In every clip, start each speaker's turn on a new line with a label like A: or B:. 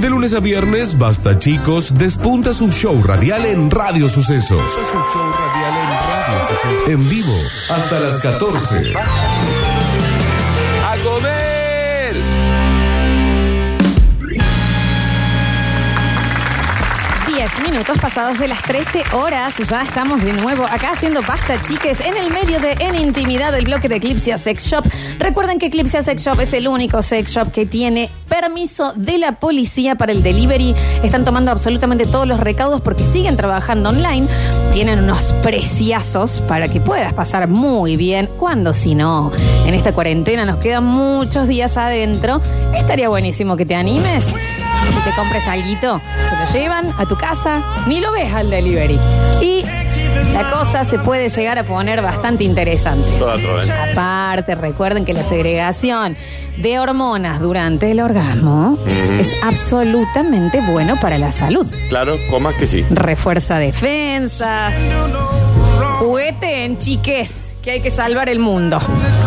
A: De lunes a viernes, Basta Chicos despunta su show radial en Radio Sucesos. En vivo, hasta las 14. ¡A comer!
B: Diez minutos pasados de las 13 horas, ya estamos de nuevo acá haciendo pasta, chiques, en el medio de En Intimidad, el bloque de Eclipse Sex Shop. Recuerden que Eclipse Sex Shop es el único sex shop que tiene permiso de la policía para el delivery. Están tomando absolutamente todos los recaudos porque siguen trabajando online. Tienen unos preciazos para que puedas pasar muy bien. Cuando si no, en esta cuarentena nos quedan muchos días adentro. Estaría buenísimo que te animes. Si te compres alguito, te lo llevan a tu casa, ni lo ves al delivery. Y la cosa se puede llegar a poner bastante interesante.
C: Toda, toda, ¿eh?
B: Aparte, recuerden que la segregación de hormonas durante el orgasmo es absolutamente bueno para la salud.
C: Claro, comas que sí.
B: Refuerza defensas. Juguete en chiques, que hay que salvar el mundo.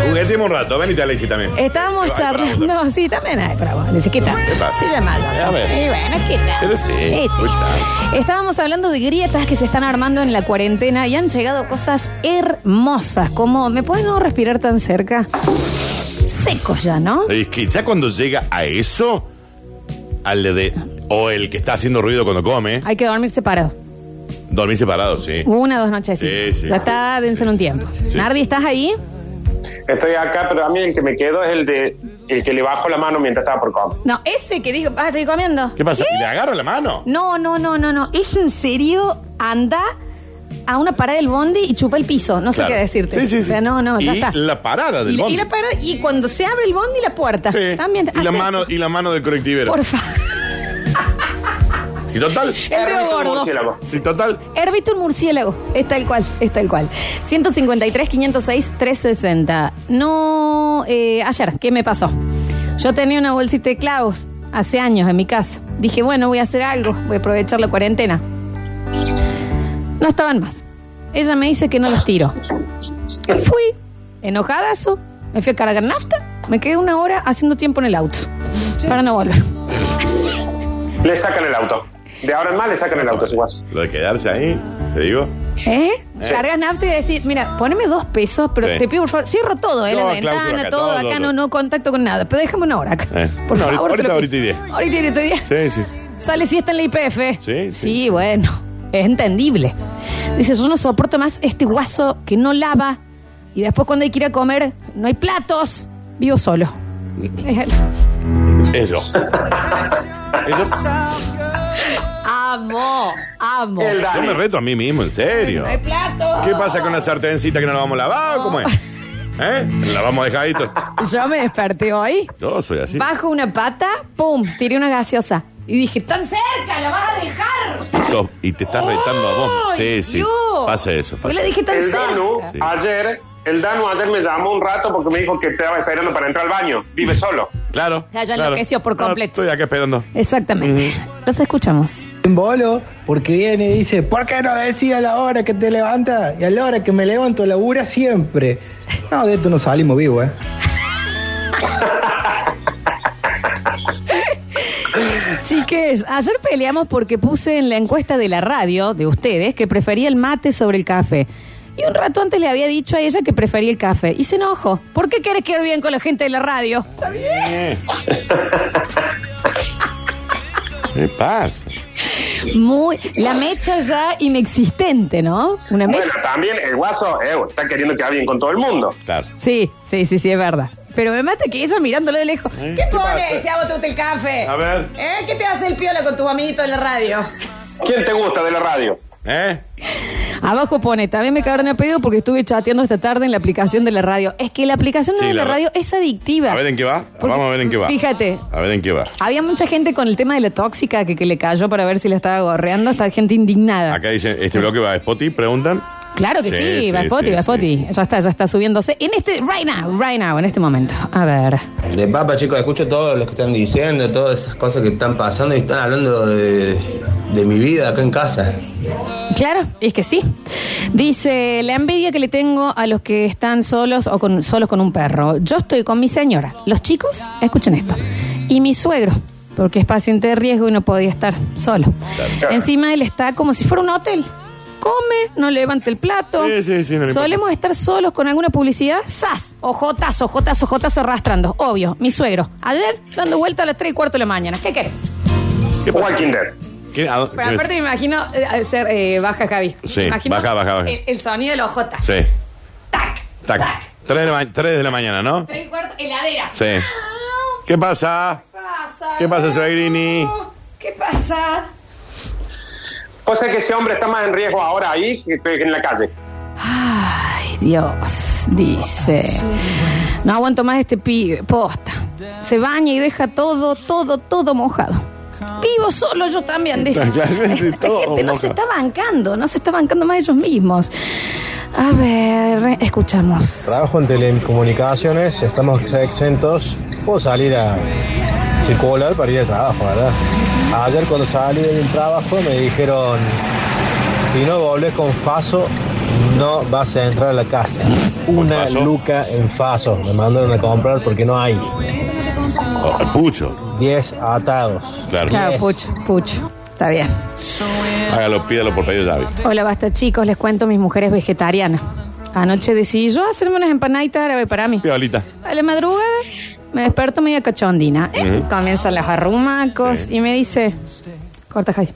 C: Juguetemos un rato, venite Alexi también.
B: Estábamos
C: Ay,
B: charlando.
C: perdón.
B: sí, también hay para vos. Alexis, ¿qué tal?
C: ¿Qué pasa?
B: Sí, la maldad.
C: A ver.
B: Y bueno, ¿qué tal?
C: Pero sí,
B: Este.
C: escucha.
B: Estábamos hablando de grietas que se están armando en la cuarentena y han llegado cosas hermosas, como ¿me puedes no respirar tan cerca? Secos ya, ¿no?
C: Es que ya cuando llega a eso, al de- de. O el que está haciendo ruido cuando come,
B: Hay que dormir separado.
C: dormir separado, sí.
B: Una o dos noches.
C: Sí, sí,
B: ya está,
C: sí,
B: dense
C: sí,
B: un
C: sí.
B: tiempo.
C: Sí.
B: Nardi, ¿estás ahí?
D: Estoy acá, pero a mí el que me quedo es el de el que le bajo la mano mientras estaba por comer.
B: No, ese que dijo, vas a seguir comiendo.
C: ¿Qué pasa? ¿Y le agarro la mano?
B: No, no, no, no, no. Es en serio, anda a una parada del bondi y chupa el piso. No sé
C: Claro.
B: qué decirte.
C: Sí, sí, sí.
B: O sea, no, no, ya
C: Y
B: está.
C: la parada del
B: Y-
C: bondi.
B: Y, la parada, y cuando se abre el bondi, la puerta.
C: Sí.
B: También
C: y, la
B: hace
C: mano,
B: eso.
C: y la mano del colectivero.
B: Por favor.
C: Y total.
B: El dedo
D: Ernesto
B: gordo.
D: Murciélago.
C: Y total.
B: Herbito un murciélago. Es tal cual, es tal cual. 153, 506, 360. No, eh, ayer, ¿qué me pasó? Yo tenía una bolsita de clavos hace años en mi casa. Dije, bueno, voy a hacer algo, voy a aprovechar la cuarentena. No estaban más. Ella me dice que no los tiro. Fui, enojadazo, me fui a cargar nafta, me quedé una hora haciendo tiempo en el auto para no volver.
D: Le sacan el auto. De ahora en más le sacan el auto, ese guaso.
C: Lo de quedarse ahí, te digo.
B: ¿Eh? Cargas nafta y decís, mira, poneme dos pesos, pero
C: Sí.
B: te pido por favor, cierro todo, ¿eh?
C: No,
B: la
C: clausura
B: ventana,
C: acá,
B: todo,
C: todo,
B: acá
C: todo.
B: no, no contacto con nada, pero déjame una hora acá.
C: Eh.
B: Por
C: Una hora-
B: favor, te lo
C: ahorita,
B: pido.
C: ahorita y diez.
B: Ahorita y diez, ahorita y diez.
C: Sí, sí.
B: Sale si está en la IPF.
C: Sí, sí.
B: bueno, es entendible. Dice, yo no soporto más este guaso que no lava y después cuando hay que ir a comer, no hay platos, vivo solo.
C: Eso. Eso.
B: amo, amo.
D: El
C: Oh, Yo me
D: Dani.
C: reto a mí mismo, en serio.
B: No hay platos.
C: ¿Qué pasa con la sartencita que no la vamos a lavar? ¿Cómo es?
B: Oh.
C: ¿Eh? ¿La vamos a dejar ahí? to-
B: Yo me desperté hoy.
C: Yo soy así.
B: Bajo una pata, pum, tiré una gaseosa. Y dije, tan cerca, la vas a dejar.
C: Sos- y te estás retando a vos.
B: ¡Ay,
C: Sí, sí.
B: Dios!
C: Pasa eso.
B: Yo
C: Pasa.
B: le dije tan
D: El
B: cerca.
D: Danu
C: Sí.
D: ayer, el Danu ayer me llamó un rato porque me dijo que estaba esperando para entrar al baño. Vive solo.
C: Claro.
B: Ya, ya
C: claro.
B: enloqueció por
C: No,
B: completo.
C: estoy acá esperando.
B: Exactamente. Los escuchamos.
E: En bolo, porque viene y dice, ¿por qué no decía a la hora que te levantas? Y a la hora que me levanto, labura siempre. No, de esto no salimos vivos, ¿eh?
B: Chiques, ayer peleamos porque puse en la encuesta de la radio de ustedes que prefería el mate sobre el café. Y un rato antes le había dicho a ella que prefería el café. Y se enojó. ¿Por qué querés quedar bien con la gente de la radio? Está bien.
C: ¿Qué pasa?
B: Muy, la mecha ya inexistente, ¿no? Una
D: Bueno,
B: mecha.
D: también el guaso eh, está queriendo quedar bien con todo el mundo.
C: Claro.
B: Sí, sí, sí, sí, es verdad. Pero me mata que ella mirándolo de lejos.
C: ¿Eh?
B: ¿Qué
C: ¿Qué
B: pone
C: pasa?
B: ese vos te gusta el café?
C: A ver.
B: ¿Eh? ¿Qué te hace el piola con tu amiguito en la radio?
D: ¿Quién te gusta de la radio?
C: ¿Eh?
B: Abajo pone, también me cagaron a pedo porque estuve chateando esta tarde en la aplicación de la radio. Es que la aplicación
C: Sí,
B: de la,
C: la-
B: radio es adictiva.
C: A ver en qué va.
B: Porque-
C: Vamos a ver en qué va.
B: Fíjate.
C: A ver en qué va.
B: Había mucha gente con el tema de la tóxica que, que le cayó para ver si la estaba gorreando. Está gente indignada.
C: Acá dicen,
B: Ah.
C: este bloque va a Spotify, preguntan.
B: Claro que sí,
C: Sí,
B: sí
C: sí,
B: va
C: sí,
B: Spotty, va
C: sí,
B: Spotty.
C: sí.
B: Ya está, ya está subiéndose. En este, right now, right now, en este momento. A ver.
F: De papa, chicos, escucho todo lo que están diciendo, todas esas cosas que están pasando y están hablando de, de mi vida acá en casa.
B: Claro, es que sí. Dice, la envidia que le tengo a los que están solos o con, solos con un perro. Yo estoy con mi señora, los chicos, escuchen esto, y mi suegro. porque es paciente de riesgo y no podía estar solo.
D: Claro.
B: Encima él está como si fuera un hotel. Come, no levanta el plato.
C: Sí, sí, sí, no le importa.
B: Solemos estar solos con alguna publicidad. ¡Sas! Ojotazo, ojotazo, ojotazo arrastrando. Obvio, mi suegro. Ayer dando vuelta a las 3 y cuarto de la mañana. ¿Qué querés?
C: ¿Qué pasa?
D: Walking Dead.
C: ¿Qué- a dónde-
B: Pero
C: qué-
B: aparte me imagino eh, ser eh, baja Javi.
C: Sí,
B: Me imagino
C: baja, baja, baja.
B: El, el sonido de los ojotas.
C: Sí.
B: Tac,
C: Tac. Tres de, la ma- tres de la mañana, ¿no?
B: Tres y cuarto, heladera.
C: Sí.
B: Ah,
C: ¿Qué pasa?
B: ¿Qué pasa?
C: ¿Qué pasa, suegrini?
B: ¿Qué pasa?
D: Cosa Pues que ese hombre está más en riesgo ahora ahí que, que en la calle.
B: Ay, Dios, dice. No aguanto más este pibe, posta. Se baña y deja todo, todo, todo mojado. Vivo solo yo también, dice.
C: Ya, ya,
B: Esta gente
C: todo
B: no
C: mojado.
B: se está bancando, no se está bancando más ellos mismos. A ver, escuchamos.
G: Trabajo en telecomunicaciones, estamos exentos. Puedo salir a circular para ir al trabajo, ¿verdad? Ayer cuando salí del trabajo me dijeron, si no volvés con Faso, no vas a entrar a la casa. Una
C: Faso?
G: luca en Faso. Me mandaron a comprar porque no hay.
C: Oh, el pucho.
G: 10 atados.
C: Claro.
B: Claro, Pucho, Pucho. Está bien.
C: Hágalo, pídalo por pedido llave.
B: Hola, basta chicos, les cuento mis mujeres vegetarianas. Anoche decidí yo hacerme unas empanaditas árabes para mí.
C: Piolita.
B: A la madrugada me desperto media cachondina. ¿eh? Comienzan los arrumacos
C: Sí.
B: y me dice, corta Javi,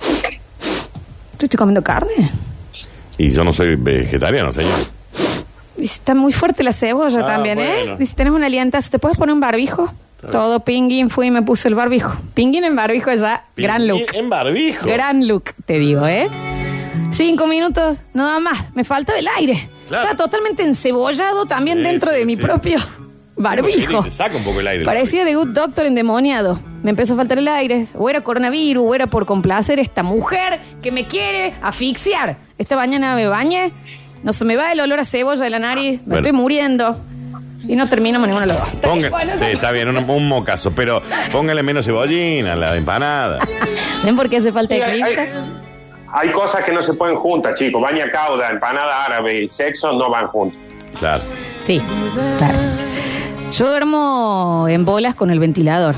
B: ¿tú estoy comiendo carne?
C: Y yo no soy vegetariano, señor.
B: Dice, está muy fuerte la cebolla
C: Ah,
B: también, ¿eh?
C: bueno.
B: Dice, tenés una alianza, ¿te puedes poner un barbijo? Todo pinguín fui y me puse el barbijo. Pinguín en barbijo ya, gran look.
C: En barbijo.
B: Gran look, te digo, ¿eh? Cinco minutos, nada más. Me falta el aire.
C: Claro.
B: Está totalmente encebollado también
C: Sí,
B: dentro
C: sí,
B: de mi
C: sí.
B: propio barbijo.
C: Te saca un poco el aire.
B: Parecía de Good Doctor endemoniado. Me empezó a faltar el aire. O era coronavirus, o era por complacer esta mujer que me quiere asfixiar. Esta mañana me bañé, no se me va el olor a cebolla de la nariz, me
C: Bueno.
B: estoy muriendo. Y no terminamos ninguno de los dos.
C: Ponga-
B: Bueno,
C: sí,
B: no-
C: está bien, un, un mocazo, pero póngale menos cebollina a la empanada.
B: ¿Ven por qué hace falta
D: Sí, hay-
B: eclipse?
D: hay- Hay cosas que no se pueden juntas, chicos. Baña cauda, empanada árabe y sexo no van juntos.
C: Claro.
B: Sí, claro. Yo duermo en bolas con el ventilador.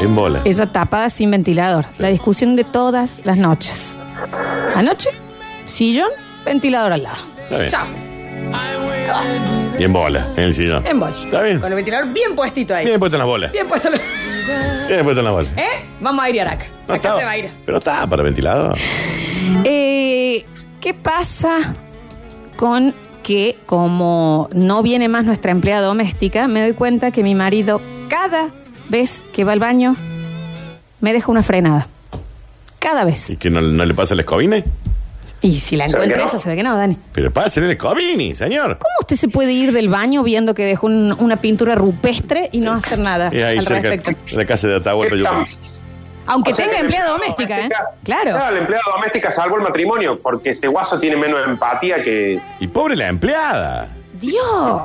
C: En bola.
B: Ella tapada sin ventilador. La discusión de todas las noches. Anoche, sillón, ventilador al lado.
C: Está bien.
B: Chao,
C: Y en bola, en el sillón.
B: en bolas.
C: Está bien.
B: Con el ventilador bien puestito ahí.
C: Bien puesto en las bolas.
B: Bien puesto.
C: Bien puesto en las bolas.
B: ¿Eh? Vamos a ir a Arac.
C: No
B: Acá
C: está-
B: se va a ir.
C: Pero está para ventilador.
B: Eh, ¿Qué pasa con que como no viene más nuestra empleada doméstica, me doy cuenta que mi marido cada vez que va al baño me deja una frenada? Cada vez.
C: ¿Y que no, no le pasa el escobine?
B: Y si la
D: ¿Se ve
B: encuentra
D: que no?
B: esa, se ve que no, Dani.
C: Pero pasa el escobini, señor.
B: ¿Cómo usted se puede ir del baño viendo que dejó un- una pintura rupestre y no hacer nada
C: Y ahí
B: al
C: cerca
B: respecto?
C: de la casa de Atahualpa. yo creo.
B: Aunque
D: O sea
B: tenga
D: que la
B: empleada doméstica, ¿eh? Claro.
D: la empleada doméstica salvo el matrimonio, porque este guaso tiene menos empatía que.
C: Y pobre la empleada.
B: Dios.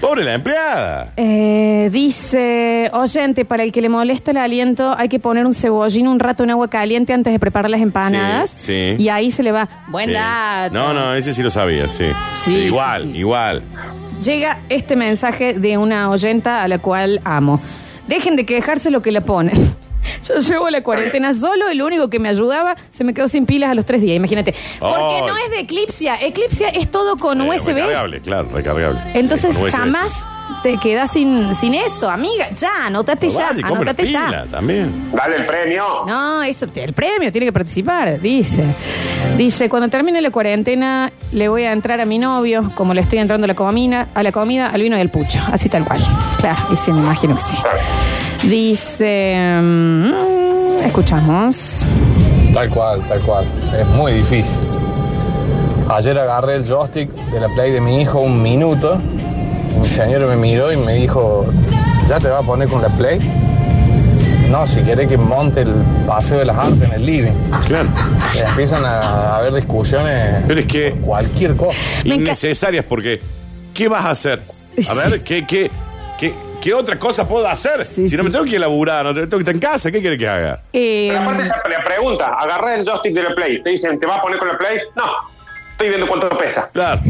C: Pobre la empleada.
B: Eh, dice, oyente, para el que le molesta el aliento, hay que poner un cebollín un rato en agua caliente antes de preparar las empanadas.
C: Sí, sí.
B: Y ahí se le va. Buen
C: Sí.
B: dato.
C: No, no, ese sí lo sabía, sí.
B: Sí,
C: igual,
B: sí, sí, sí.
C: igual.
B: Llega este mensaje de una oyenta a la cual amo. Dejen de quejarse lo que le ponen. Yo llevo la cuarentena solo y lo único que me ayudaba se me quedó sin pilas a los tres días, imagínate. Porque
C: Ay.
B: no es de Eclipsia. Eclipsia es todo con
C: Eh,
B: USB.
C: Recargable, claro, recargable.
B: Entonces
C: Con USB,
B: jamás
C: sí.
B: te quedas sin, sin eso, amiga. Ya, anótate
C: Pero
B: ya,
C: vaya, compre
B: anótate ya.
C: pila también.
D: Dale el premio.
B: No, eso, el premio tiene que participar, dice. Dice, cuando termine la cuarentena le voy a entrar a mi novio, como le estoy entrando a la comida, a la comida, al vino y al pucho, así tal cual. Claro, y sí, me imagino que sí. Dice, mm, escuchamos.
H: Tal cual, tal cual. Es muy difícil. Ayer agarré el joystick de la play de mi hijo un minuto. Mi señor me miró y me dijo, ¿ya te vas a poner con la play? No, si quiere que monte el paseo de las artes en el living.
C: Claro.
H: Y empiezan a haber discusiones,
C: Pero es que
H: cualquier cosa.
B: Me enca-
C: innecesarias porque ¿qué vas a hacer? A ver, ¿qué, qué, qué, qué otra cosa puedo hacer?
B: Sí,
C: si no
B: sí.
C: me tengo que laburar, no te- tengo que estar en casa, ¿qué quiere que haga?
B: Eh,
D: Pero aparte esa la pregunta, agarrás el joystick de la Play, te dicen, ¿te vas a poner con la Play? No, estoy viendo cuánto pesa.
C: Claro.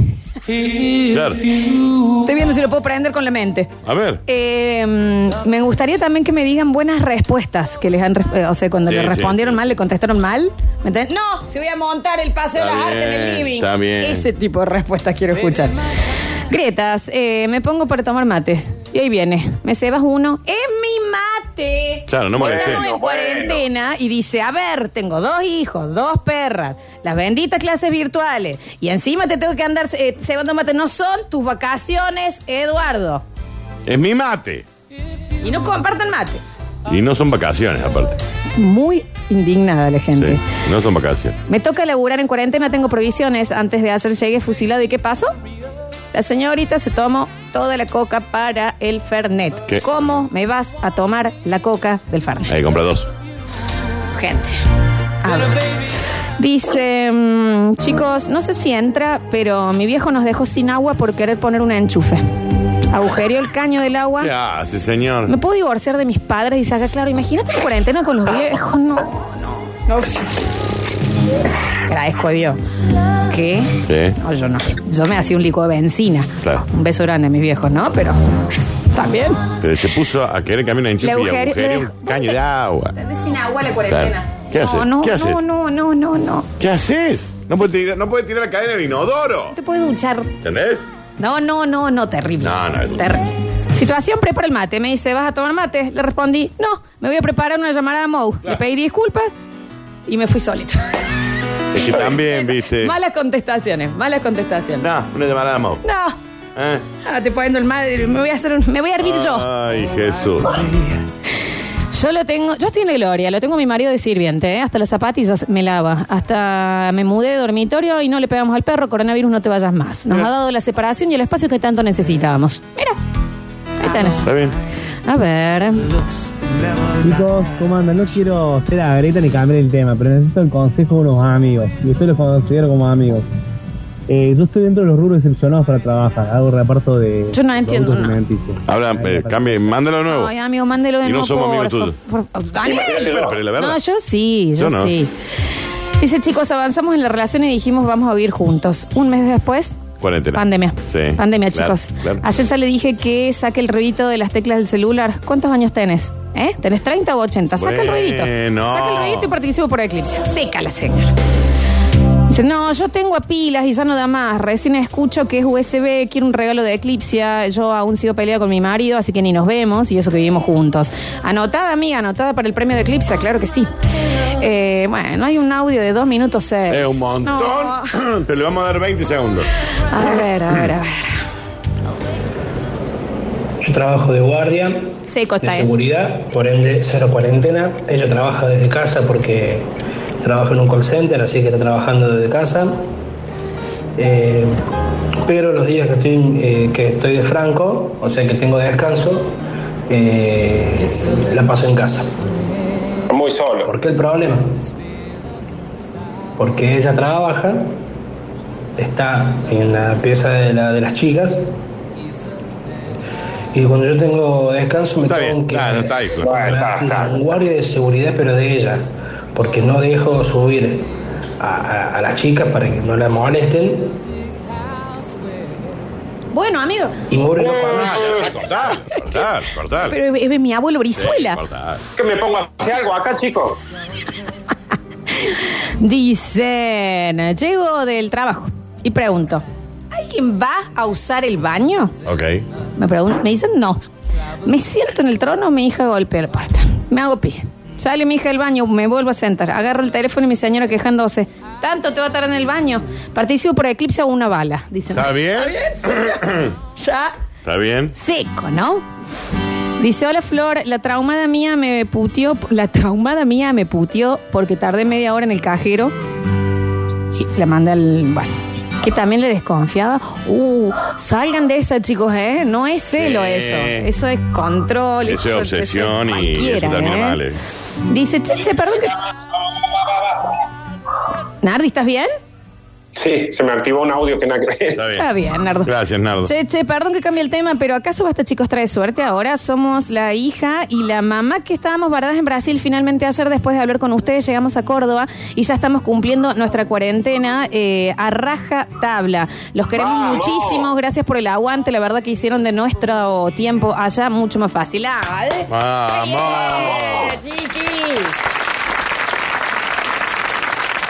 C: Claro.
B: Estoy viendo si lo puedo prender con la mente.
C: A ver.
B: Eh, mm, me gustaría también que me digan buenas respuestas que les han, res- eh, o sea, cuando
C: Sí,
B: le
C: sí.
B: respondieron mal, le contestaron mal. ¿me entiendes? No, se voy a montar el paseo de
C: Está
B: las artes en el
C: bien,
B: living.
C: está bien.
B: Ese tipo de respuestas quiero escuchar. Grietas, eh, me pongo para tomar mates. Y ahí viene. Me cebas uno. ¡Es mi mate!
C: Claro, no
B: Estamos
C: molesté.
B: en
D: Bueno,
B: cuarentena y dice: A ver, tengo dos hijos, dos perras, las benditas clases virtuales. Y encima te tengo que andar eh, cebando mate. No son tus vacaciones, Eduardo.
C: Es mi mate.
B: Y no compartan mate.
C: Y no son vacaciones, aparte.
B: Muy indignada la
C: Sí,
B: gente.
C: No son vacaciones.
B: Me toca laburar en cuarentena, tengo provisiones. Antes de hacer llegué fusilado. ¿Y qué pasó? La señorita se tomó toda la coca para el Fernet.
C: ¿Qué?
B: ¿Cómo me vas a tomar la coca del Fernet?
C: Ahí compra dos.
B: Gente. A ver. Dice, mm, chicos, no sé si entra, pero mi viejo nos dejó sin agua por querer poner un enchufe. Agujereó el caño del agua.
C: ¿Qué hace, señor?
B: Me puedo divorciar de mis padres y saca, claro, imagínate en cuarentena con los viejos, no. No. Agradezco a Dios. ¿Qué?
C: Sí.
B: No, yo no. Yo me hacía un licuado de benzina.
C: Claro.
B: Un beso grande a mis viejos, ¿no? Pero también.
C: Pero se puso a querer cambiar una enchufe
B: Le
C: y
B: agujere-
C: agujereó
B: le-
C: un caño de agua.
B: Sin agua la
C: cuarentena. ¿Qué haces?
B: No, no,
C: ¿Qué haces?
B: no, no, no, no, no.
C: ¿Qué haces? No puede tirar, no puede tirar la cadena de inodoro.
B: Te puedes duchar.
C: ¿Entendés?
B: No, no, no, no, terrible.
C: No, no, es-
B: Terrible. Situación, prepara el mate. Me dice, ¿vas a tomar mate? Le respondí, no, me voy a preparar una llamada a Mou. Le
C: Claro.
B: pedí disculpas y me fui solito.
C: Es que también, viste.
B: Malas contestaciones, malas contestaciones.
C: No, una llamada a Mau.
B: No,
C: ¿Eh?
B: no, te poniendo el madre, me voy a hacer un- me voy a hervir yo.
C: Ay, Jesús.
B: Yo lo tengo, yo estoy en la gloria, lo tengo a mi marido de sirviente, ¿eh? hasta las zapatillas me lava, hasta me mudé de dormitorio y no le pegamos al perro, coronavirus no te vayas más. Nos ha dado la separación y el espacio que tanto necesitábamos. Mira, ahí tenés.
C: ¿Está bien?
B: A ver,
I: Chicos, ¿cómo andan? No quiero ser agreta ni cambiar el tema, pero necesito el consejo de unos amigos. Y ustedes los considero como amigos. Eh, yo estoy dentro de los rubros excepcionados para trabajar. Hago reparto de.
B: Yo no
I: productos
B: entiendo, no.
I: alimenticios.
C: Hablan, eh, cambie, mándalo de nuevo.
B: ay amigo, mándelo de
C: Y no
B: nuevo,
C: somos amigos
B: por
C: tuyos.
B: favor. Por- Daniel,
C: Imagínatelo,
B: pero-
C: pero la verdad.
B: No, yo sí, yo,
C: Yo no.
B: sí. Dice, chicos, avanzamos en la relación y dijimos vamos a vivir juntos. Un mes después,
C: Cuarentena.
B: pandemia.
C: Sí.
B: Pandemia,
C: Claro,
B: chicos.
C: claro.
B: Ayer ya le dije que saque el ruidito de las teclas del celular. ¿Cuántos años tenés? ¿Eh? ¿Tenés 30 o 80? Saca el
C: Bueno.
B: ruidito. Saca el ruidito y participo por Eclipse. Sécala, señor. Dice, no, yo tengo a pilas y ya no da más. Recién escucho que es USB, quiero un regalo de Eclipse. Yo aún sigo peleada con mi marido, así que ni nos vemos y eso que vivimos juntos. Anotada, amiga, anotada para el premio de Eclipse, claro que sí. Eh, bueno, hay un audio de dos minutos seis.
C: Es un
B: No.
C: montón. Te le vamos a dar 20 segundos.
B: A ver, a ver, a ver.
J: Yo trabajo de guardia,
B: Seco
J: de
B: está, eh.
J: seguridad, por ende cero cuarentena. Ella trabaja desde casa porque trabaja en un call center, así que está trabajando desde casa. Eh, pero los días que estoy, eh, que estoy de franco, o sea que tengo de descanso, eh, la paso en casa.
D: Muy solo.
J: ¿Por qué el problema? Porque ella trabaja, está en la pieza de, la- de las chicas, y cuando yo tengo descanso me
C: Está
J: tengo
C: bien,
J: que
C: está, está ahí, claro.
J: guardar
D: Está, está.
J: un guardia de seguridad, pero de ella, porque no dejo subir a, a- a las chicas para que no la molesten.
B: Bueno, amigo.
J: Y pobre no
C: Ah,
J: paga.
C: ya está, Cortar, cortar, cortar.
B: Pero es, es mi abuelo
C: Sí,
B: Brizuela.
C: cortar.
D: Que me pongo a hacer algo acá, chicos.
B: Dicen, llego del trabajo y pregunto, ¿alguien va a usar el baño?
C: Ok.
B: Me preguntan, me dicen no. Me siento en el trono, mi hija golpea la puerta. Me hago pie. Sale mi hija del baño, me vuelvo a sentar. Agarro el teléfono y mi señora quejándose. Tanto te va a estar en el baño. Participo por eclipse a una bala, dicen.
C: ¿Está bien?
B: Ya
C: ¿Está bien?
B: seco, ¿no? Dice, hola Flor, la traumada mía me putió, la traumada mía me putió porque tardé media hora en el cajero y la mandé al, bueno, que también le desconfiaba. Uh, salgan de esa, chicos, ¿eh? No es celo
C: Sí.
B: eso, eso es control.
C: Eso es obsesión y
B: cualquiera,
C: eso termina mal, eh.
B: Dice, che, che, perdón que... Nardi, ¿estás bien?
D: Sí, se me activó un audio que nada que ver.
C: Está bien.
B: Está bien, Nardo.
C: Gracias, Nardo.
B: Che, che, perdón que cambie el tema, pero ¿acaso Basta Chicos trae suerte ahora? Somos la hija y la mamá que estábamos varadas en Brasil. Finalmente ayer, después de hablar con ustedes, llegamos a Córdoba y ya estamos cumpliendo nuestra cuarentena eh, a raja tabla. Los queremos
D: ¡Vamos!
B: muchísimo. Gracias por el aguante. La verdad que hicieron de nuestro tiempo allá mucho más fácil. ¡Ah, eh!
C: ¡Vamos!
B: ¡Bien, chiquis!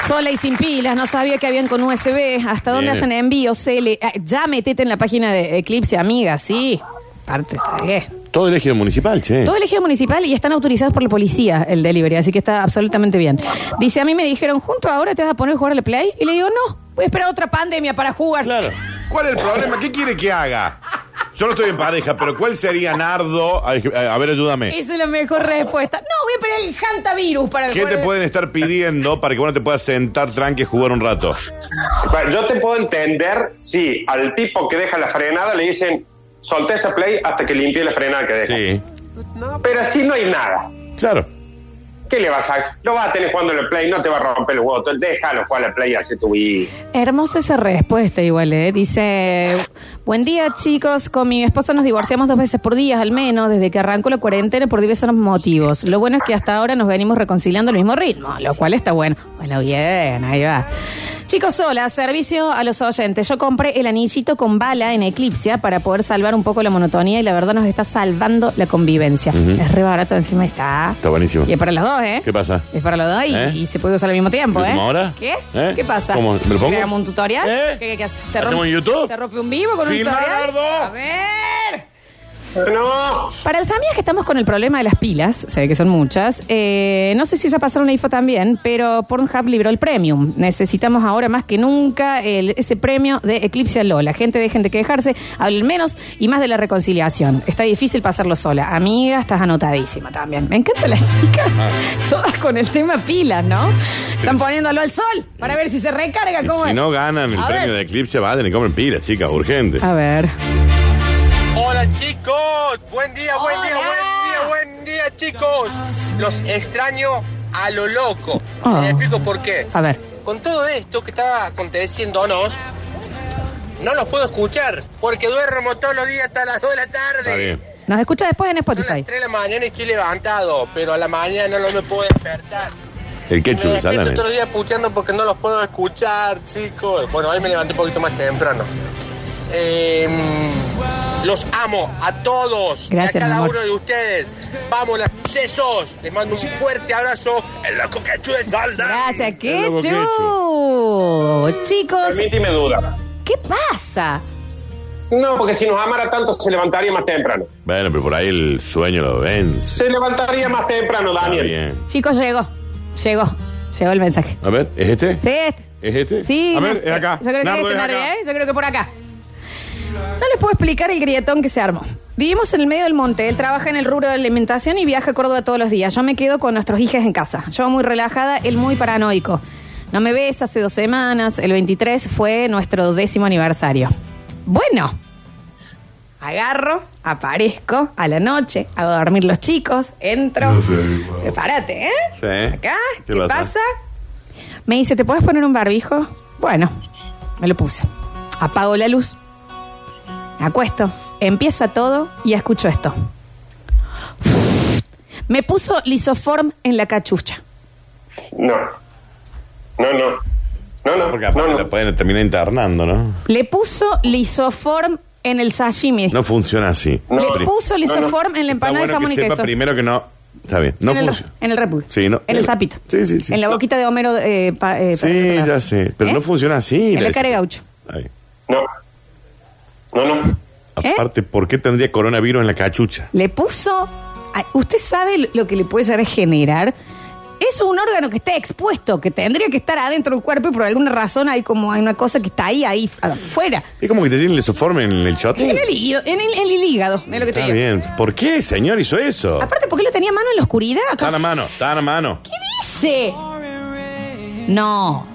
B: Sola y sin pilas, no sabía que habían con USB. ¿Hasta dónde
C: Bien.
B: hacen envíos? Cele. Ah, ya metete en la página de Eclipse, amiga, sí. Parte, ¿sabes?
C: Todo el ejido municipal, che.
B: Todo el ejido municipal y están autorizados por la policía el delivery, así que está absolutamente bien. Dice, a mí me dijeron, ¿junto ahora te vas a poner a jugar al play? Y le digo, no, voy a esperar otra pandemia para jugar.
C: Claro. ¿Cuál es el problema? ¿Qué quiere que haga? Yo no estoy en pareja, pero ¿cuál sería Nardo? A a ver, ayúdame.
B: Esa es la mejor respuesta. No, voy a esperar el hantavirus para
C: ¿Qué te
B: jugar.
C: pueden estar pidiendo para que uno te pueda sentar tranqui y jugar un rato?
D: Bueno, Yo te puedo entender si al tipo que deja la frenada le dicen solté esa play hasta que limpie la frenada que deja.
C: Sí.
D: Pero así no hay nada.
C: Claro.
D: ¿Qué le vas a.? Lo vas a tener jugando en la play, no te va a romper el huevo. Tú Déjalo jugar a la play y hace tu vida.
B: Hermosa esa respuesta igual, ¿eh? Dice, buen día chicos, con mi esposa nos divorciamos dos veces por día al menos, desde que arrancó la cuarentena por diversos motivos. Lo bueno es que hasta ahora nos venimos reconciliando al mismo ritmo, lo cual está bueno. Bueno, bien, ahí va. Chicos, sola, servicio a los oyentes. Yo compré el anillito con bala en Eclipse para poder salvar un poco la monotonía y la verdad nos está salvando la convivencia.
C: Ujú.
B: Es re barato, encima está.
C: Está buenísimo.
B: Y es para los dos, ¿eh?
C: ¿Qué pasa?
B: Es para los dos y,
C: ¿Eh?
B: y se puede usar al mismo tiempo,
C: ¿Lo
B: ¿eh?
C: hacemos ahora?
B: ¿Qué?
C: ¿Eh?
B: ¿Qué pasa?
C: ¿Cómo? ¿Me lo pongo?
B: ¿Creamos un tutorial?
C: ¿Eh?
B: ¿Qué, qué, qué hace? se
C: ¿Hacemos
B: rompe-
C: en YouTube?
B: ¿Se rompe un vivo con un
C: Filma,
B: tutorial?
C: Nardo.
B: A ver.
D: No.
B: Para las amigas que estamos con el problema de las pilas, se ve que son muchas, eh, no sé si ya pasaron la info también, pero Pornhub libró el premium. Necesitamos ahora más que nunca el- ese premio de Eclipse a La gente dejen de quejarse, hablen menos y más de la reconciliación. Está difícil pasarlo sola. Amiga, estás anotadísima también. Me encantan las chicas,
C: Ah.
B: todas con el tema pilas, ¿no? Están poniéndolo al sol para ver si se recarga.
C: Y
B: ¿Cómo
C: si
B: es?
C: no ganan el
B: A
C: premio
B: ver.
C: de Eclipse, vayan y compren pilas, chicas, urgente.
B: A ver.
K: Hola chicos, buen día, buen día,
B: Hola.
K: buen día, buen día chicos. Los extraño a lo loco.
B: Ah.
K: Les explico por qué.
B: A ver.
K: Con todo esto que está aconteciéndonos, no los puedo escuchar porque duermo todos los días hasta las 2 de la
C: Está
K: tarde.
C: bien.
B: Nos escucha después en
K: Son
B: Spotify.
K: las 3 de la mañana y estoy levantado, pero a la mañana no me puedo despertar.
C: El
K: me
C: ketchup,
K: despierto
C: salame.
K: otro día puteando porque no los puedo escuchar, chicos. Bueno, hoy me levanté un poquito más temprano. Eh, los amo a todos
B: Gracias,
K: y a cada
B: mi amor.
K: uno de ustedes. Vamos, los sesos. Les mando un fuerte abrazo. El loco cachu de Salda.
B: Gracias,
C: El loco
B: Quechu. Chicos,
D: Permíteme duda.
B: ¿qué pasa?
D: No, porque si nos amara tanto se levantaría más temprano.
C: Bueno, pero por ahí el sueño lo vence.
D: Se levantaría más temprano,
C: Está
D: Daniel.
C: bien.
B: Chicos, llegó. Llegó. Llegó el mensaje.
C: A ver, ¿es este?
B: ¿Sí?
C: ¿Es este?
B: Sí.
C: A
B: no,
C: ver, es acá.
B: Yo creo que
C: Nardo,
B: este,
C: es
B: Nardi,
C: acá.
B: ¿eh? Yo creo que por acá. No les puedo explicar el grietón que se armó. Vivimos en el medio del monte. Él trabaja en el rubro de alimentación y viaja a Córdoba todos los días. Yo me quedo con nuestros hijas en casa. Yo muy relajada, él muy paranoico. No me ves hace dos semanas. El 23 fue nuestro décimo aniversario. Bueno, agarro, aparezco a la noche, hago dormir los chicos, entro. Prepárate, ¿eh?
C: Sí.
B: Acá,
C: ¿Qué
B: ¿qué,
C: pasa?
B: pasa? Me dice, ¿te puedes poner un barbijo? Bueno, me lo puse. Apago la luz, me acuesto, empieza todo y escucho esto. Me puso lisoform en la cachucha.
D: No. No, no. No, no.
C: Porque
D: no,
C: aparte
D: no.
C: la pueden terminar internando, ¿no?
B: Le puso lisoform en el sashimi.
C: No funciona así.
D: No.
B: Le puso
D: No, no.
B: lisoform en la
C: Está
B: empanada
C: bueno
B: de jamón
C: que
B: y
C: sepa
B: queso.
C: primero que no. Está bien. No
B: en, el,
C: funciona.
B: en el repul.
C: Sí, no.
B: En el sapito.
C: Sí, sí, sí.
B: En la boquita de Homero. eh, pa- eh, para
C: Sí,
B: recordar.
C: ya sé. Pero
B: ¿Eh?
C: no funciona así.
B: En la cara de gaucho.
C: Ay.
D: No. No, no.
B: ¿Eh?
C: Aparte, ¿por qué tendría coronavirus en la cachucha?
B: le puso. a- Usted sabe lo que le puede llegar a generar. Es un órgano que está expuesto, que tendría que estar adentro del cuerpo y por alguna razón hay como hay una cosa que está ahí, ahí, afuera.
C: Es como que te tienen lesoforme en el chote.
B: En el, hígado- en el- en el hígado, es lo que te
C: Está
B: digo.
C: bien. ¿Por qué, señor, hizo eso?
B: Aparte, ¿por qué lo tenía a mano en la oscuridad?
C: Está en la mano, está en la mano.
B: ¿Qué dice? No.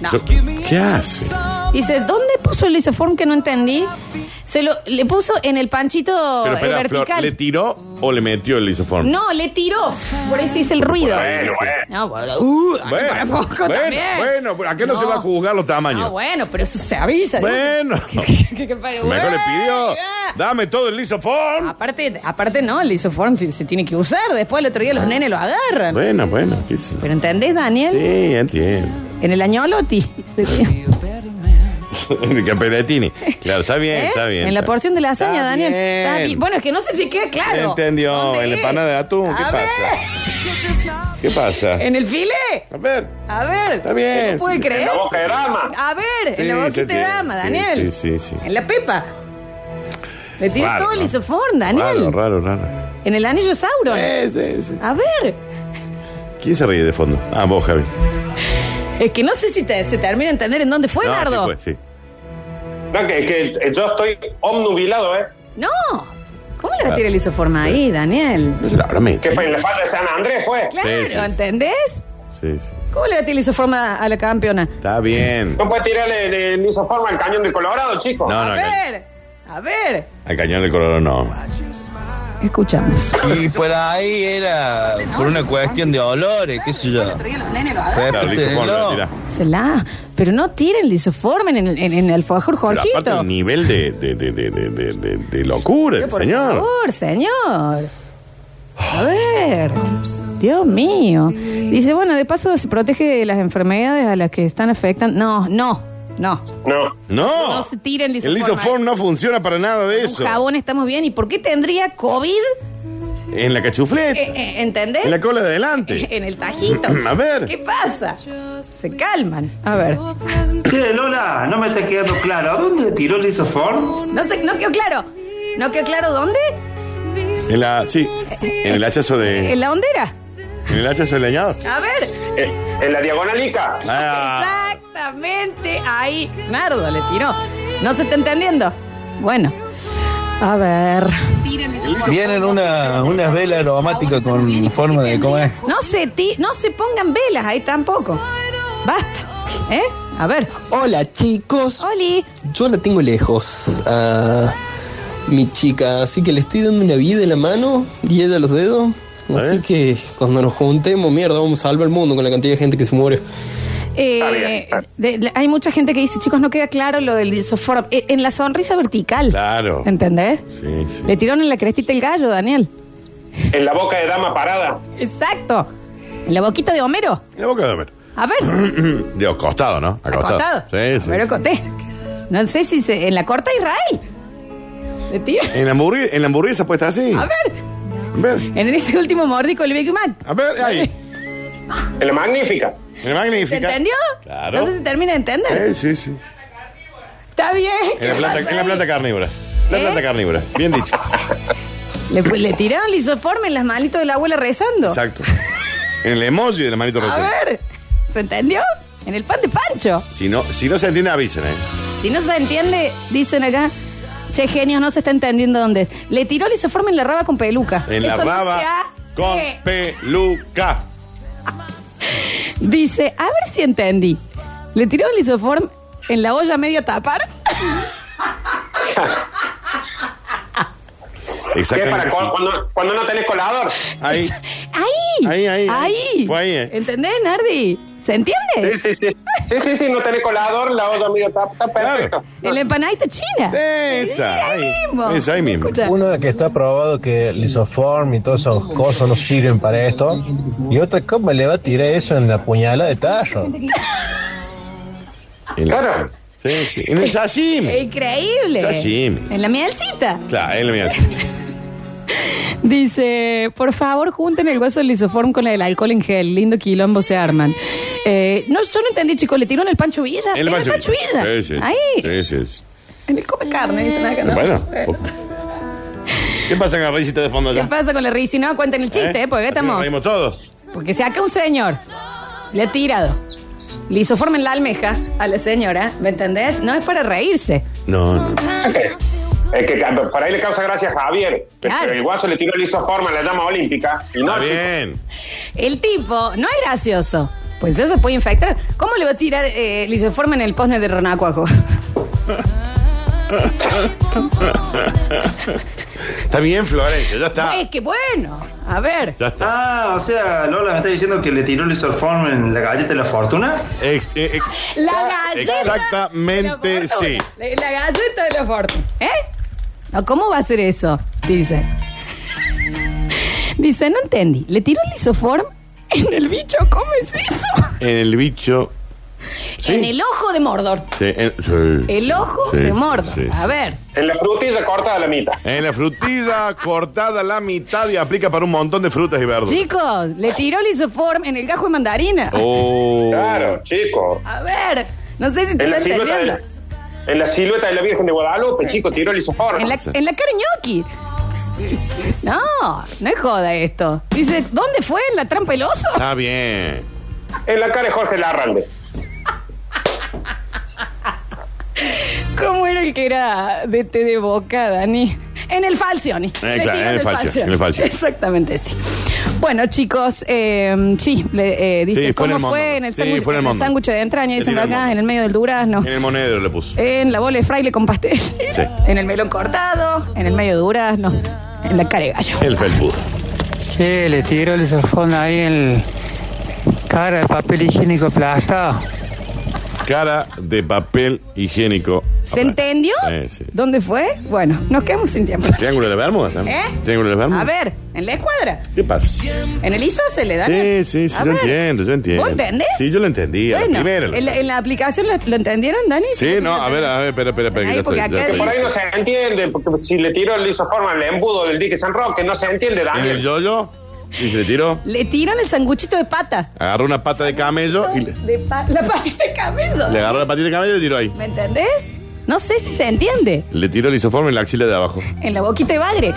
B: No.
C: Yo- ¿Qué hace?
B: Dice, ¿dónde puso el lisoform que no entendí? Se lo, le puso en el panchito
C: Pero
B: eh,
C: espera, Flor,
B: vertical.
C: le tiró o le metió el isoform?
B: No, le tiró. Por eso hice el ruido.
C: Bueno, bueno.
B: No, bueno, uh, ay,
C: Bueno,
B: para poco
C: bueno,
B: también.
C: bueno, pero acá no, se va a juzgar los
B: Ah,
C: tamaños.
B: bueno, pero eso se avisa. digo.
C: Bueno.
B: Que- que- bueno.
C: Mejor le pidió, dame todo el isoform.
B: Aparte, aparte no, el isoform se se tiene que usar. Después el otro día los nenes lo agarran.
C: Ah. Bueno, bueno, qué sé yo.
B: ¿Pero entendés, Daniel?
C: Sí, entiendo.
B: En el año Loti.
C: que Peretini. Claro, está bien, está bien.
B: ¿Eh? En la
C: está bien.
B: porción de lasaña,
C: Está
B: Daniel. Está
C: bien.
B: bien. Bueno, es que no sé si queda claro.
C: Entendió,
B: ¿Dónde
C: en la
B: es?
C: empanada de atún, ¿qué
B: A
C: pasa? ¿Qué pasa?
B: ¿En el file?
C: A ver.
B: A ver.
C: Está bien,
B: ¿No puede
C: sí, sí.
B: creer?
C: En la boca de dama.
B: A ver, en la
C: Sí, se
B: boquita de
C: tiene.
B: dama,
C: Sí,
B: Daniel.
C: Sí, sí, sí.
B: En la pepa. Le tiré
C: Raro,
B: todo el
C: ¿no?
B: isoform, Daniel.
C: Raro, raro, raro.
B: En el anillo Sauron.
C: Sí, sí, sí.
B: A ver.
C: ¿Quién se ríe de fondo? Ah, vos, Javi.
B: Es que no sé si te- se termina de entender en dónde fue,
C: No, sí
B: Nardo.
C: fue, sí.
D: No, que, que yo estoy omnubilado, ¿eh?
B: No. ¿Cómo le va a tirar el isoform ahí, Daniel?
C: No se la habrá metido.
D: Que fue en la falda de San Andrés, fue.
B: Claro,
C: Sí, sí, sí.
B: ¿entendés?
C: Sí, sí.
B: ¿Cómo le va a tirar el isoform a a la campeona?
C: Está bien.
D: No puede tirarle de, de isoforma al cañón de Colorado, chico.
C: No,
B: A
C: no, al
B: ver, a ver.
C: al cañón del colorado no.
B: Escuchamos.
L: Y por ahí era por una cuestión de olores, qué sé yo.
C: Claro, el isoform,
L: Respétenlo.
C: no, tira.
B: Será, pero no tiren el isoform en el, en, en el alfajor
C: Pero aparte
B: Jorgito.
C: el nivel de, de, de, de, de, de, de- de locura, el
B: Por
C: señor.
B: favor, señor. A ver, Dios mío. Dice, bueno, de paso se protege de las enfermedades a las que están afectando. No, no, no.
D: No.
C: No.
B: No se tira el
C: El
B: lisoform.
C: isoform no funciona para nada de eso.
B: ¿eh? Un jabón estamos bien. ¿Y por qué tendría COVID?
C: En la
B: Eh,
C: cachufleta.
B: eh, ¿Entendés?
C: En la cola de adelante.
B: En el tajito.
C: A ver.
B: ¿Qué pasa? Se calman. A ver.
M: Che, Lola, no me está quedando claro. ¿A dónde tiró el isoform?
B: No, sé, no quedó claro. ¿No quedó claro dónde?
C: En la, sí, en el hachazo de.
B: En la hondera.
C: En el hachazo del leñador.
B: A ver.
D: Eh, En la diagonalica.
C: Ah,
B: Exactamente ahí. Nardo le tiró. No se está entendiendo. Bueno. A ver.
L: Vienen una, unas velas aromáticas con forma de cómo es.
B: No se, ti- no se pongan velas ahí tampoco. Basta. ¿Eh? A ver.
N: Hola chicos.
B: Oli.
N: Yo la tengo lejos a mi chica, así que le estoy dando una vida en la mano y ella los dedos. Así que cuando nos juntemos, mierda, vamos a salvar el mundo con la cantidad de gente que se muere.
B: Eh, de- la- hay mucha gente que dice, chicos, no queda claro lo del isoform. Eh, en la sonrisa vertical.
C: Claro.
B: ¿Entendés?
C: Sí, sí.
B: Le tiraron en la crestita el gallo, Daniel.
D: En la boca de dama parada.
B: Exacto. En la boquita de Homero.
C: En la boca de Homero.
B: A ver.
C: Digo, costado, ¿no? Acostado.
B: Acostado.
C: Sí, sí.
B: Pero conté. No sé si se, en la corta Israel. Le tira.
C: En la, hamburguesa, en la hamburguesa puesta así.
B: A ver.
C: A ver.
B: En ese último mordico el Big Mac.
C: A ver, ahí.
D: En la magnífica.
C: En la
B: ¿Se
C: magnífica.
B: entendió?
C: Claro.
B: No sé si termina de entender.
C: Eh, sí, sí.
B: Está bien.
C: En la, planta,
B: ¿Qué
C: en la
B: pasa
C: planta carnívora. La
B: ¿Eh?
C: planta carnívora. Bien dicho.
B: ahí? Le, le tiraron lisoforme en las manitos de la abuela rezando.
C: Exacto. En el emoji de la manito
B: A
C: recién.
B: ver. ¿Se entendió? En el pan de Pancho.
C: Si no, si no se entiende, avisen, ¿eh?
B: Si no se entiende, dicen acá. Che, genios, no se está entendiendo dónde es. Le tiró lisoforme en la raba con peluca.
C: En la
B: Eso no
C: raba
B: se hace.
C: con peluca.
B: Dice, a ver si entendí. Le tiró el isoform en la olla media tapar.
D: ¿Qué es para
C: Exactamente.
D: cu-
C: sí.
D: cuando, cuando no tenés colador?
C: Ahí.
B: Ahí.
C: Ahí, ahí, ahí.
B: Ahí.
C: Fue ahí, eh.
B: ¿Entendés, Nardi? ¿Se entiende?
D: Sí, sí, sí. Sí, sí, sí, no tenés colador, la otra amiga está, está perfecto.
B: En la empanadita china.
C: Esa. Ahí
B: mismo.
C: Esa ahí mismo.
G: Una que está probado que el isoform y todas esas cosas no sirven para esto. Y otra, ¿cómo le va a tirar eso en la puñalada de tallo?
C: Claro. Sí, sí. En el sashimi.
B: Increíble.
C: Sashimi.
B: En la mielcita.
C: Claro, en la mía.
B: Dice, por favor, junten el hueso del lisoform con el alcohol en gel. Lindo quilombo se arman. Eh, no, yo no entendí, chico. Le tiró en el Pancho Villa.
C: En el
B: En el Pancho Villa.
C: Sí, sí.
B: Ahí.
C: Sí, sí, sí.
B: En el come carne, dicen acá, ¿no?
C: Bueno. ¿Qué pasa con la risita de fondo
B: ¿Qué
C: allá?
B: pasa con la risa? Si no, cuenten el chiste, ¿eh? Porque
C: Así
B: acá
C: nos
B: estamos.
C: reímos todos.
B: Porque si acá un señor le ha tirado, le hizo forma en la almeja a la señora, ¿me entendés? No es para reírse.
C: No, no.
D: Es que ca- por ahí le causa gracia a Javier.
B: Claro.
D: Pero el guaso le tiró el isoforma a la llama olímpica. Y no,
C: Está
D: chico.
C: bien.
B: El tipo no es gracioso. Pues eso se puede infectar. ¿Cómo le va a tirar eh, lisoforme en el posne de Ronacuajo?
C: Está bien, Florencia, ya está.
B: Es que bueno. A ver.
C: Ya
M: está. Ah, o sea, Lola me está diciendo que le tiró el isoform en la galleta de la fortuna.
C: eh,
B: La galleta. de
C: Ah, Exactamente,
B: la fortuna.
C: sí.
B: La, la galleta de la fortuna. ¿Eh? No, ¿Cómo va a ser eso? Dice. Dice, no entendí. Le tiró el isoform en el bicho. ¿Cómo es eso?
C: En el bicho.
B: En el ojo de Mordor.
C: Sí, en, sí.
B: El ojo
C: Sí,
B: de Mordor.
C: sí, sí.
B: A ver.
D: En la frutilla corta a la mitad.
C: En la frutilla cortada a la mitad y aplica para un montón de frutas y verduras.
B: Chicos, le tiró el isoform en el gajo de mandarina.
C: Oh.
D: Claro, chico.
B: A ver. No sé si te
D: En la
B: está
D: silueta
B: entendiendo.
D: de, en la silueta de la Virgen de Guadalupe, chico, tiró el isoform.
B: En la, en la cara ñoqui. No, no es joda esto. Dice, ¿dónde fue? ¿En la trampa el oso?
C: Está bien.
D: En la cara de Jorge Larralde.
B: ¿Cómo era el que era de té de boca, Dani? En el Falcioni. Le
C: Eh, claro,
B: tiran
C: en el Falcioni, en el Falcioni.
B: Exactamente, sí. Bueno, chicos, eh, sí, le, eh, dice,
C: Sí, fue en el
B: ¿cómo fue
C: mondongo.
B: en el
C: Sí,
B: sándwich
C: fue
B: en
C: en el
B: el
C: mondongo.
B: sándwich de entraña?
C: Le
B: Dicen
C: tiran
B: acá,
C: mondongo.
B: en el medio del durazno.
C: En el monedero le puso.
B: En la bola de fraile con pastel.
C: Sí.
B: En el melón cortado. En el medio de durazno. En la cara de gallo.
C: El felpudo.
O: Che, le tiró el isofón ahí en el cara de papel higiénico aplastado.
C: Cara de papel higiénico.
B: ¿Se entendió?
C: Eh, sí.
B: ¿Dónde fue? Bueno, nos quedamos sin tiempo.
C: ¿Triángulo de la Bermuda también?
B: ¿Eh?
C: ¿Triángulo de la Bermuda?
B: A ver, en la escuadra.
C: ¿Qué pasa?
B: En el ISO se le da.
C: Sí, sí, sí, yo entiendo, yo entiendo.
B: ¿Vos entendés?
C: Sí, yo lo entendí. a la
B: Bueno,
C: primera lo-
B: en la, en la aplicación lo, lo entendieron, Dani.
C: Sí, no, a ver, a ver, espera, espera, espera. que
B: Ahí,
C: ya estoy,
B: porque
C: ya
B: acá
C: estoy.
D: Por ahí no se entiende, porque pues, si le tiró el isoform al embudo del dique San Roque, no se entiende,
C: En
D: Daniel.
C: el yoyo, y se le tiró,
B: Le tiran el sanguchito de pata.
C: agarró una pata de camello y le,
B: De pa- la patita de cabello.
C: le agarró la patita de camello y le tiró ahí.
B: ¿Me entendés? No sé si se entiende.
C: Le tiró el isoforme en la axila de abajo.
B: En la boquita de bagre.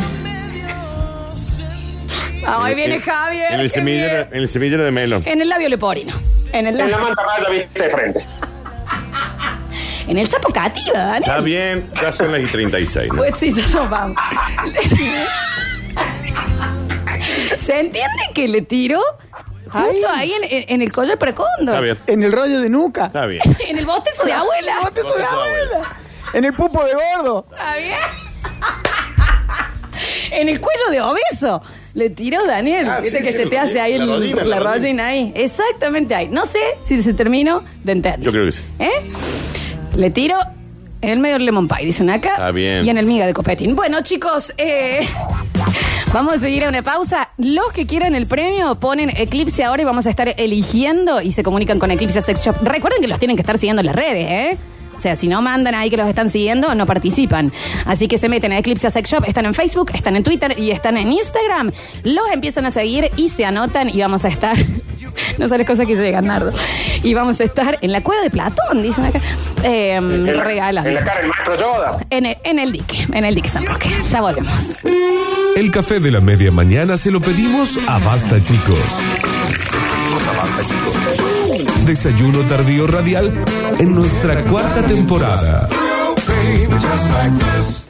B: Ah, ahí viene
C: En-
B: Javier.
C: En el,
B: qué
C: semillero,
B: bien.
C: en el semillero de melón.
B: En el labio leporino. En el,
D: En la manta más la viste de frente.
B: En el sapo cativa, Dani.
C: Está bien, ya son las y 36. ¿no?
B: Pues sí, ya nos vamos. ¿Se entiende que le tiró justo ahí, en, en- en el collar para cóndor?
C: Está bien.
L: En el rollo de nuca.
C: Está bien.
B: En el botezo de abuela.
L: En el botezo de abuela. En el pupo de gordo.
B: ¿Está bien? en el cuello de obeso. Le tiró Daniel.
L: Ah,
B: Viste
L: sí,
B: que
L: sí,
B: se
L: la
B: te hace
L: rodilla,
B: ahí el-
L: la rodilla,
B: la
L: la rodilla.
B: rodina ahí. Exactamente ahí. No sé si se terminó de entender.
C: Yo creo que sí.
B: ¿Eh? Le tiro en el medio del lemon pie, dicen acá.
C: Está bien.
B: Y en el miga de copetín. Bueno, chicos, eh, vamos a seguir a una pausa. Los que quieran el premio ponen Eclipse ahora y vamos a estar eligiendo y se comunican con Eclipse Sex Shop. Recuerden que los tienen que estar siguiendo en las redes, ¿eh? O sea, si no mandan ahí que los están siguiendo, no participan. Así que se meten a Eclipse Sex Shop, están en Facebook, están en Twitter y están en Instagram. Los empiezan a seguir y se anotan y vamos a estar no sabes cosas que llegan, Nardo. Y vamos a estar en la cueva de Platón, dicen acá. Eh,
D: En la-
B: regalando.
D: En la cara del maestro Yoda.
B: En el, en el dique, en el dique San Roque. Ya volvemos.
A: El café de la media mañana se lo pedimos a Basta Chicos. Desayuno tardío radial en nuestra cuarta temporada.
P: Baby, just like this.